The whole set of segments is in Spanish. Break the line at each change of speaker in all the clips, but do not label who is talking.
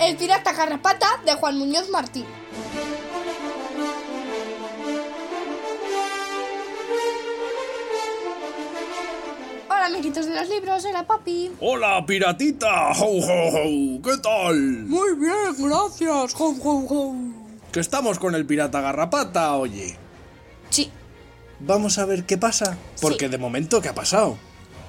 El pirata Carraspata de Juan Muñoz Martín. Hola, amiguitos de los libros, era Papi.
¡Hola, piratita! ¡Ho, ho, ho! ¿Qué tal?
Muy bien, gracias.
Que estamos con el pirata garrapata, oye.
Sí,
Vamos a ver qué pasa. Porque de momento, ¿qué ha pasado?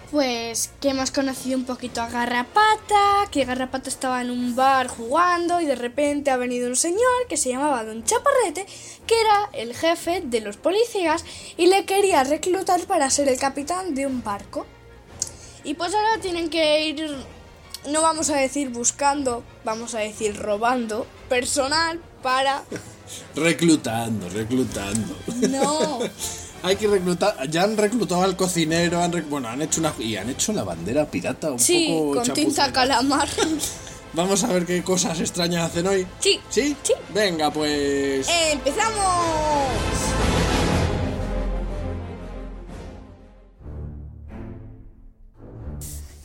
Pues que hemos conocido un poquito a Garrapata, que Garrapata estaba en un bar jugando y de repente ha venido un señor que se llamaba Don Chaparrete, que era el jefe de los policías y le quería reclutar para ser el capitán de un barco. Y pues ahora tienen que ir, no vamos a decir buscando, vamos a decir robando personal para...
Reclutando, reclutando.
No,
Hay que reclutar. Ya han reclutado al cocinero, han rec- bueno, han hecho una. Y han hecho la bandera pirata un
sí,
poco.
con tinta
chapucera.
calamar.
Vamos a ver qué cosas extrañas hacen hoy.
Sí.
¿Sí?
Sí.
Venga, pues.
¡Empezamos!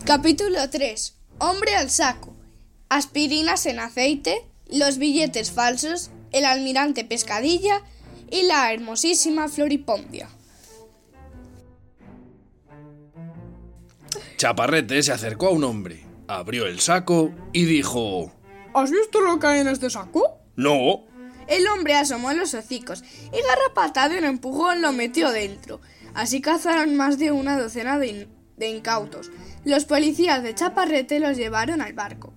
Capítulo 3. Hombre al saco. Aspirinas en aceite, los billetes falsos, el almirante pescadilla y la hermosísima floripondia.
Chaparrete se acercó a un hombre, abrió el saco y dijo:
¿Has visto lo que hay en este saco?
No.
El hombre asomó los hocicos y Garrapata de un empujón lo metió dentro. Así cazaron más de una docena de, in- de incautos. Los policías de Chaparrete los llevaron al barco.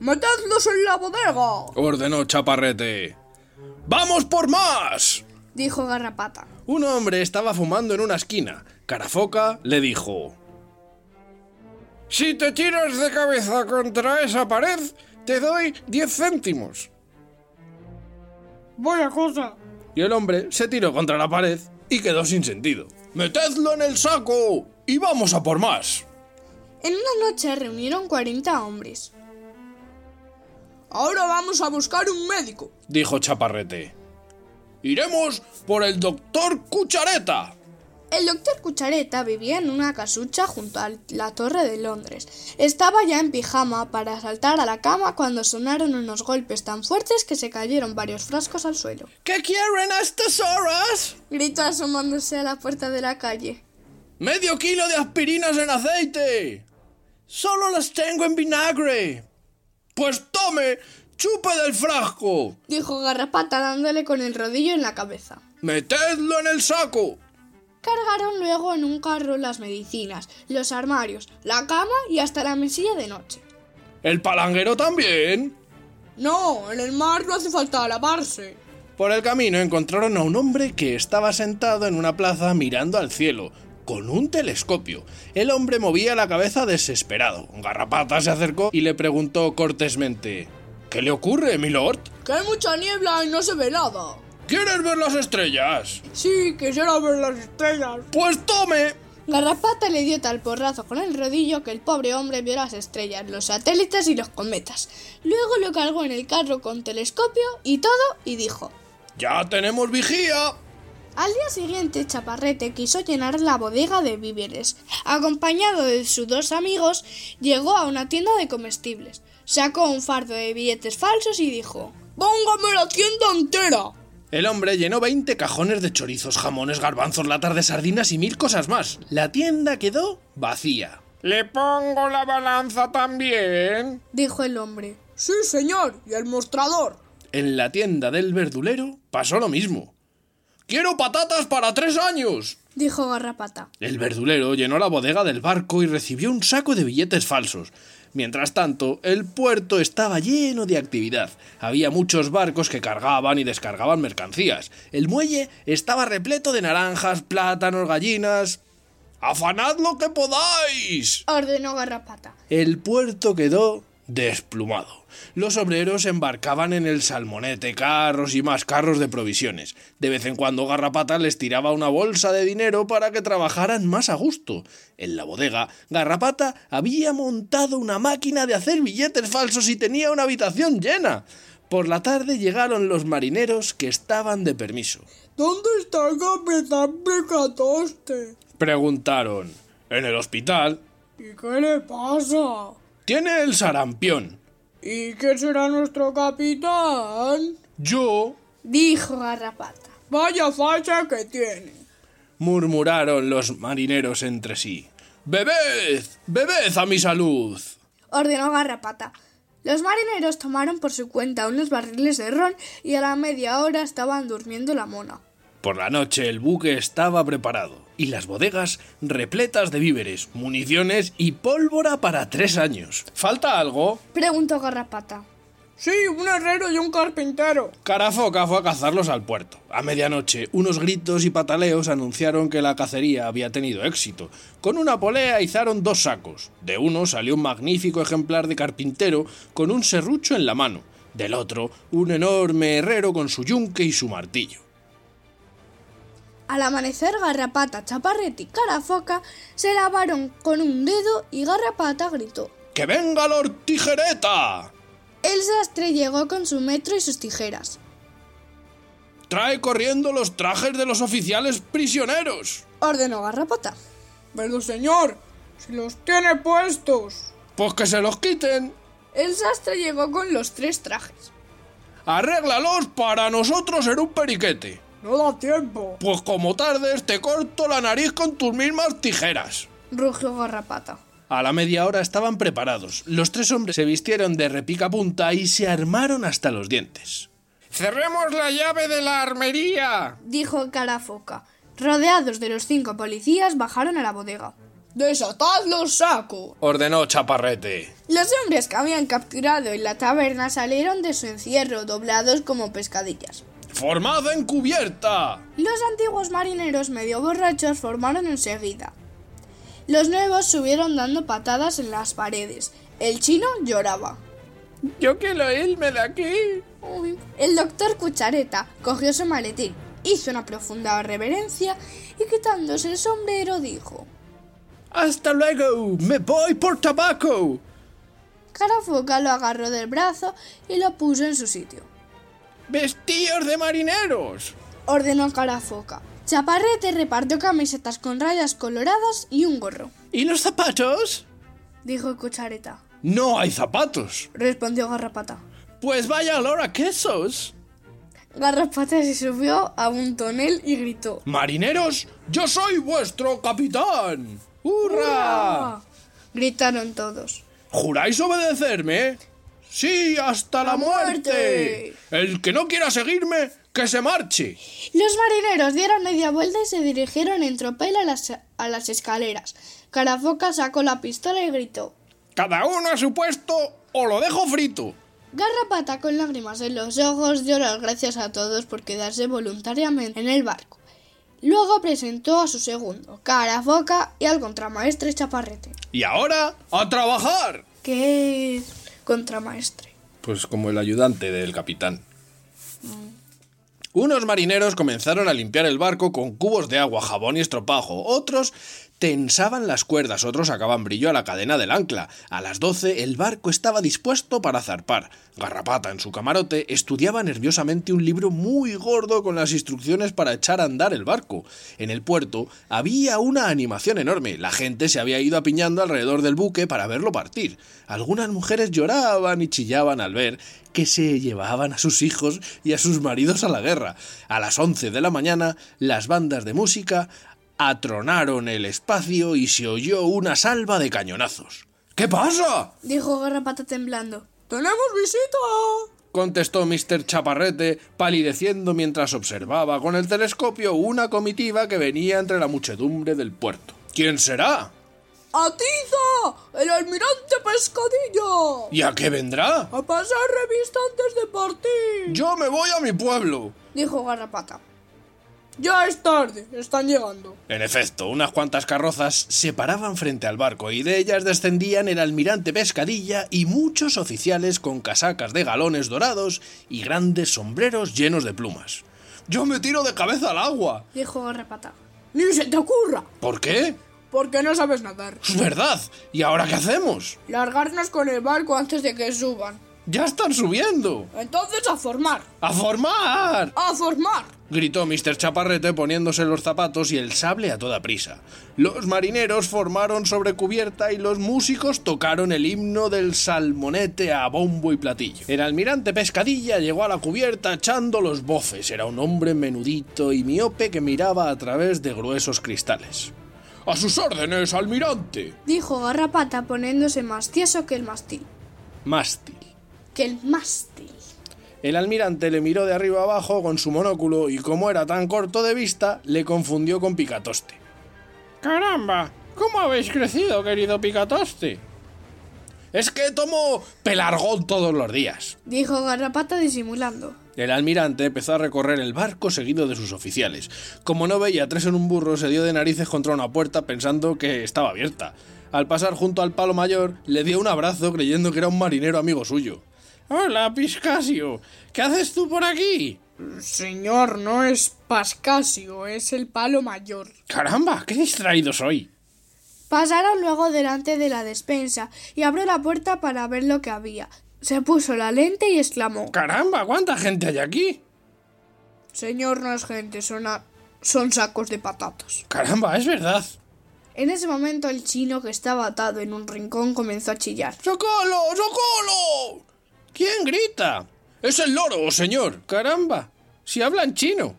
¡Matadlos en la bodega!
Ordenó Chaparrete. ¡Vamos por más!
dijo Garrapata.
Un hombre estaba fumando en una esquina. Carafoca le dijo: Si te tiras de cabeza contra esa pared, te doy 10 céntimos.
Vaya cosa.
Y el hombre se tiró contra la pared y quedó sin sentido. ¡Metedlo en el saco! ¡Y vamos a por más!
En una noche reunieron 40 hombres. Ahora vamos a buscar un médico,
Dijo Chaparrete. ¡Iremos por el doctor Cuchareta!
El doctor Cuchareta vivía en una casucha junto a la Torre de Londres. Estaba ya en pijama para saltar a la cama cuando sonaron unos golpes tan fuertes que se cayeron varios frascos al suelo.
¿Qué quieren a estas horas?
Gritó asomándose a la puerta de la calle.
¡Medio kilo de aspirinas en aceite! ¡Solo las tengo en vinagre! ¡Pues tome! ¡Chupe del frasco!
Dijo Garrapata dándole con el rodillo en la cabeza.
¡Metedlo en el saco!
Cargaron luego en un carro las medicinas, los armarios, la cama y hasta la mesilla de noche.
¡El palanguero también!
No, en el mar no hace falta lavarse.
Por el camino encontraron a un hombre que estaba sentado en una plaza mirando al cielo, con un telescopio. El hombre movía la cabeza desesperado. Garrapata se acercó y le preguntó cortésmente: ¿Qué le ocurre, milord?
Que hay mucha niebla y no se ve nada.
¿Quieres ver las estrellas?
Sí, quisiera ver las estrellas.
¡Pues tome!
Garrapata le dio tal porrazo con el rodillo que el pobre hombre vio las estrellas, los satélites y los cometas. Luego lo cargó en el carro con telescopio y todo y dijo.
¡Ya tenemos vigía!
Al día siguiente Chaparrete quiso llenar la bodega de víveres. Acompañado de sus dos amigos, llegó a una tienda de comestibles. Sacó un fardo de billetes falsos y dijo. ¡Póngame la tienda entera!
El hombre llenó 20 cajones de chorizos, jamones, garbanzos, latas de sardinas y mil cosas más. La tienda quedó vacía. ¿Le pongo la balanza también?
Dijo el hombre. Sí, señor, y el mostrador.
En la tienda del verdulero pasó lo mismo. ¡Quiero patatas para tres años!
Dijo Garrapata.
El verdulero llenó la bodega del barco y recibió un saco de billetes falsos. Mientras tanto, el puerto estaba lleno de actividad. Había muchos barcos que cargaban y descargaban mercancías. El muelle estaba repleto de naranjas, plátanos, gallinas. ¡Afanad lo que podáis!
Ordenó Garrapata.
El puerto quedó desplumado. Los obreros embarcaban en el salmonete carros y más carros de provisiones. De vez en cuando Garrapata les tiraba una bolsa de dinero para que trabajaran más a gusto. En la bodega, Garrapata había montado una máquina de hacer billetes falsos y tenía una habitación llena. Por la tarde llegaron los marineros que estaban de permiso.
¿Dónde está el capitán Picatoste?
Preguntaron. En el hospital
¿Y qué le pasa?
tiene el sarampión.
¿Y qué será nuestro capitán?
Yo,
dijo Garrapata.
Vaya facha que tiene.
murmuraron los marineros entre sí. ¡Bebed! ¡Bebed a mi salud!
ordenó Garrapata. Los marineros tomaron por su cuenta unos barriles de ron y a la media hora estaban durmiendo la mona.
Por la noche el buque estaba preparado y las bodegas repletas de víveres, municiones y pólvora para tres años. ¿Falta algo?
Preguntó Garrapata.
Sí, un herrero y un carpintero.
Carafoca fue a cazarlos al puerto. A medianoche, unos gritos y pataleos anunciaron que la cacería había tenido éxito. Con una polea izaron dos sacos. De uno salió un magnífico ejemplar de carpintero con un serrucho en la mano. Del otro, un enorme herrero con su yunque y su martillo.
Al amanecer, Garrapata, Chaparrete y Carafoca se lavaron con un dedo y Garrapata gritó.
¡Que venga Lord Tijereta!
El sastre llegó con su metro y sus tijeras.
Trae corriendo los trajes de los oficiales prisioneros.
Ordenó Garrapata.
Pero señor, si los tiene puestos.
Pues que se los quiten.
El sastre llegó con los tres trajes.
Arréglalos para nosotros en un periquete.
No da tiempo.
Pues como tardes te corto la nariz con tus mismas tijeras.
Rugió Garrapata.
A la media hora estaban preparados. Los tres hombres se vistieron de repicapunta y se armaron hasta los dientes. ¡Cerremos la llave de la armería!
Dijo Carafoca. Rodeados de los cinco policías, bajaron a la bodega.
Desatad los sacos.
ordenó Chaparrete.
Los hombres que habían capturado en la taberna salieron de su encierro, doblados como pescadillas.
¡Formad en cubierta!
Los antiguos marineros medio borrachos formaron enseguida. Los nuevos subieron dando patadas en las paredes. El chino lloraba.
Yo quiero irme de aquí.
El doctor Cuchareta cogió su maletín, hizo una profunda reverencia y quitándose el sombrero dijo:
¡Hasta luego! ¡Me voy por tabaco!
Carafoca lo agarró del brazo y lo puso en su sitio.
¡Vestíos de marineros!
Ordenó Carafoca. Chaparrete repartió camisetas con rayas coloradas y un gorro.
¿Y los zapatos?
Dijo Cuchareta.
No hay zapatos.
Respondió Garrapata.
Pues vaya olor a quesos.
Garrapata se subió a un tonel y gritó.
Marineros, yo soy vuestro capitán.
¡Hurra!
¡Hurra!
Gritaron todos.
¿Juráis obedecerme? Sí, hasta la,
¡La muerte!
muerte. El que no quiera seguirme, que se marche.
Los marineros dieron media vuelta y se dirigieron en tropel a las, a las escaleras. Carafoca sacó la pistola y gritó.
Cada uno a su puesto o lo dejo frito.
Garrapata, con lágrimas en los ojos, dio las gracias a todos por quedarse voluntariamente en el barco. Luego presentó a su segundo, Carafoca, y al contramaestre Chaparrete.
Y ahora, a trabajar.
¿Qué es contramaestre?
Pues como el ayudante del capitán. Unos marineros comenzaron a limpiar el barco con cubos de agua, jabón y estropajo. Otros tensaban las cuerdas, otros sacaban brillo a la cadena del ancla. A las doce el barco estaba dispuesto para zarpar. Garrapata, en su camarote, estudiaba nerviosamente un libro muy gordo con las instrucciones para echar a andar el barco. En el puerto había una animación enorme. La gente se había ido apiñando alrededor del buque para verlo partir. Algunas mujeres lloraban y chillaban al ver que se llevaban a sus hijos y a sus maridos a la guerra. A las 11 de la mañana, las bandas de música atronaron el espacio y se oyó una salva de cañonazos. ¿Qué pasa?
Dijo Garrapata temblando.
Tenemos visita.
contestó Mr. Chaparrete, palideciendo mientras observaba con el telescopio una comitiva que venía entre la muchedumbre del puerto. ¿Quién será?
¡Atiza! ¡El almirante Pescadilla!
¿Y a qué vendrá?
¡A pasar revista antes de partir!
Yo me voy a mi pueblo.
Dijo Garrapata.
Ya es tarde, están llegando.
En efecto, unas cuantas carrozas se paraban frente al barco y de ellas descendían el almirante Pescadilla y muchos oficiales con casacas de galones dorados y grandes sombreros llenos de plumas. Yo me tiro de cabeza al agua.
Dijo Garrapata.
¡Ni se te ocurra!
¿Por qué?
Porque no sabes nadar.
Es verdad. ¿Y ahora qué hacemos?
Largarnos con el barco antes de que suban.
¡Ya están subiendo!
Entonces a formar,
¡A formar!
a formar.
gritó Mr. Chaparrete poniéndose los zapatos y el sable a toda prisa. Los marineros formaron sobre cubierta y los músicos tocaron el himno del salmonete a bombo y platillo. El almirante Pescadilla llegó a la cubierta echando los bofes. Era un hombre menudito y miope que miraba a través de gruesos cristales. ¡A sus órdenes, almirante!
Dijo Garrapata poniéndose más tieso que el mástil.
Mástil.
Que el mástil.
El almirante le miró de arriba abajo con su monóculo y como era tan corto de vista, le confundió con Picatoste. ¡Caramba! ¿Cómo habéis crecido, querido Picatoste? Es que tomo pelargón todos los días.
Dijo Garrapata disimulando.
El almirante empezó a recorrer el barco seguido de sus oficiales. Como no veía tres en un burro, se dio de narices contra una puerta pensando que estaba abierta. Al pasar junto al palo mayor, le dio un abrazo creyendo que era un marinero amigo suyo. Hola, Piscasio. ¿Qué haces tú por aquí?
Señor, no es Pascasio, es el palo mayor.
Caramba, qué distraído soy.
Pasaron luego delante de la despensa y abrió la puerta para ver lo que había. Se puso la lente y exclamó
Caramba, ¿cuánta gente hay aquí?
Señor, no es gente, son, a- son sacos de patatas.
Caramba, es verdad.
En ese momento el chino que estaba atado en un rincón comenzó a chillar.
¡Socolo! ¡Socolo! ¿Quién grita? Es el loro, señor. Caramba, si hablan chino.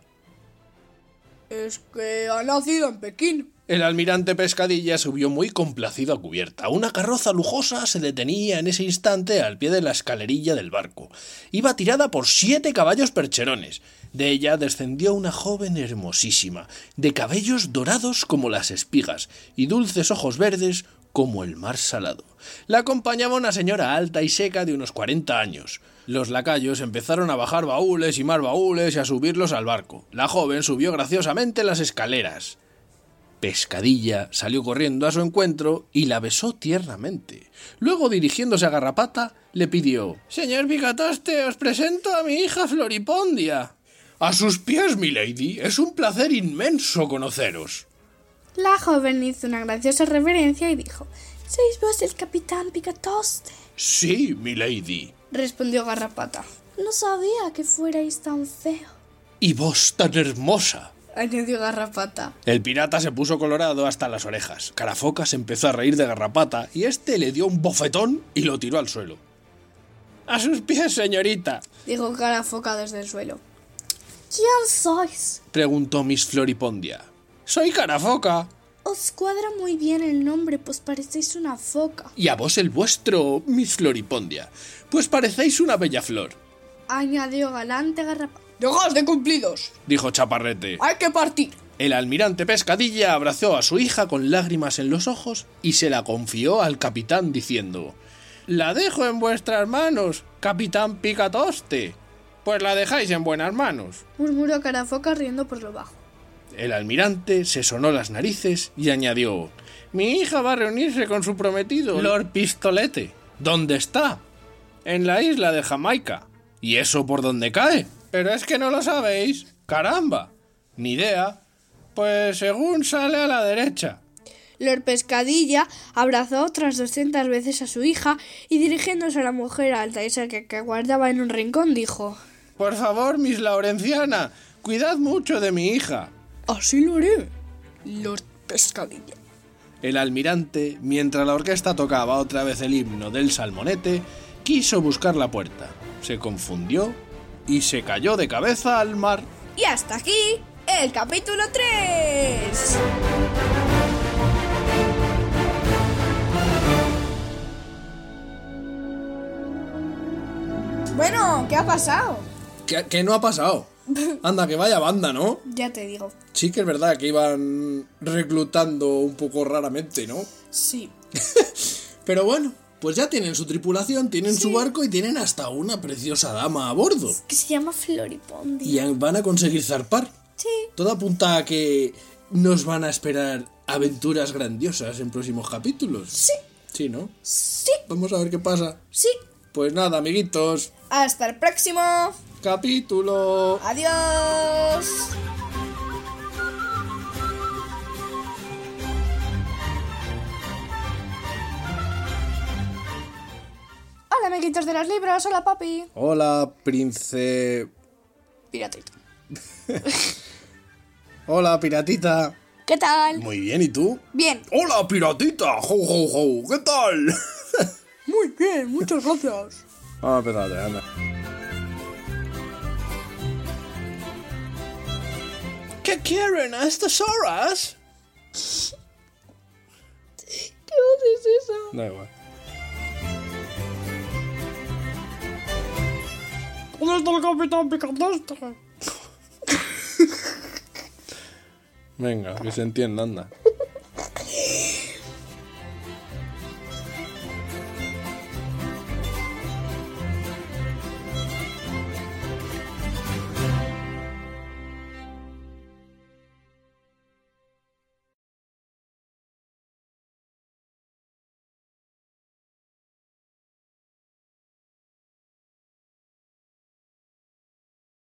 Es que ha nacido en Pekín.
El almirante Pescadilla subió muy complacido a cubierta. Una carroza lujosa se detenía en ese instante al pie de la escalerilla del barco. Iba tirada por siete caballos percherones. De ella descendió una joven hermosísima, de cabellos dorados como las espigas y dulces ojos verdes como el mar salado. La acompañaba una señora alta y seca de unos 40 años. Los lacayos empezaron a bajar baúles y más baúles y a subirlos al barco. La joven subió graciosamente las escaleras. Pescadilla salió corriendo a su encuentro y la besó tiernamente. Luego, dirigiéndose a Garrapata, le pidió Señor Picatoste, os presento a mi hija Floripondia. A sus pies, milady. Es un placer inmenso conoceros.
La joven hizo una graciosa reverencia y dijo ¿Sois vos el capitán Picatoste?
Sí, milady.
Respondió Garrapata. No sabía que fuerais tan feo.
Y vos tan hermosa.
Añadió Garrapata.
El pirata se puso colorado hasta las orejas. Carafocas empezó a reír de Garrapata y este le dio un bofetón y lo tiró al suelo. A sus pies, señorita.
Dijo Carafoca desde el suelo. ¿Quién sois?
preguntó Miss Floripondia. Soy Carafoca.
Os cuadra muy bien el nombre, pues parecéis una foca.
Y a vos el vuestro, Miss Floripondia. Pues parecéis una bella flor,
Añadió galante Garrapata. Dejad de cumplidos.
dijo Chaparrete.
Hay que partir.
El almirante Pescadilla abrazó a su hija con lágrimas en los ojos y se la confió al capitán diciendo La dejo en vuestras manos, capitán Picatoste. Pues la dejáis en buenas manos.
Murmuró Carafoca riendo por lo bajo.
El almirante se sonó las narices y añadió Mi hija va a reunirse con su prometido, Lord Pistolete. ¿Dónde está? En la isla de Jamaica. ¿Y eso por dónde cae? Pero es que no lo sabéis. Caramba. Ni idea. Pues según sale a la derecha.
Lord Pescadilla abrazó otras doscientas veces a su hija y dirigiéndose a la mujer alta y seca que guardaba en un rincón dijo
Por favor, Miss Laurenciana, cuidad mucho de mi hija.
Así lo haré, Lord Pescadilla.
El almirante, mientras la orquesta tocaba otra vez el himno del salmonete, quiso buscar la puerta. Se confundió y se cayó de cabeza al mar.
Y hasta aquí el capítulo 3. Bueno, ¿qué ha pasado?
¿Qué, no ha pasado? Anda, que vaya banda, ¿no?
Ya te digo.
Sí que es verdad que iban reclutando un poco raramente, ¿no?
Sí.
Pero bueno, pues ya tienen su tripulación, tienen su barco y tienen hasta una preciosa dama a bordo.
Que se llama Floripondi.
Y van a conseguir zarpar.
Sí.
Todo apunta a que nos van a esperar aventuras grandiosas en próximos capítulos.
Sí.
Sí, ¿no?
Sí.
Vamos a ver qué pasa.
Sí.
Pues nada, amiguitos.
Hasta el próximo.
Capítulo.
Adiós. Hola, amiguitos. Piratitos de los libros, hola papi.
Hola, prince.
Piratito.
Hola, piratita.
¿Qué tal?
Muy bien, ¿y tú?
Bien.
Hola, piratita. Jo, jo, jo. ¿Qué tal?
Muy bien, muchas gracias.
Vamos a empezar, eh, anda. ¿Qué quieren a estas horas?
¿Qué voz es esa?
Da igual.
¿Dónde está el capitán Picatostre?
Venga, que se entienda, anda.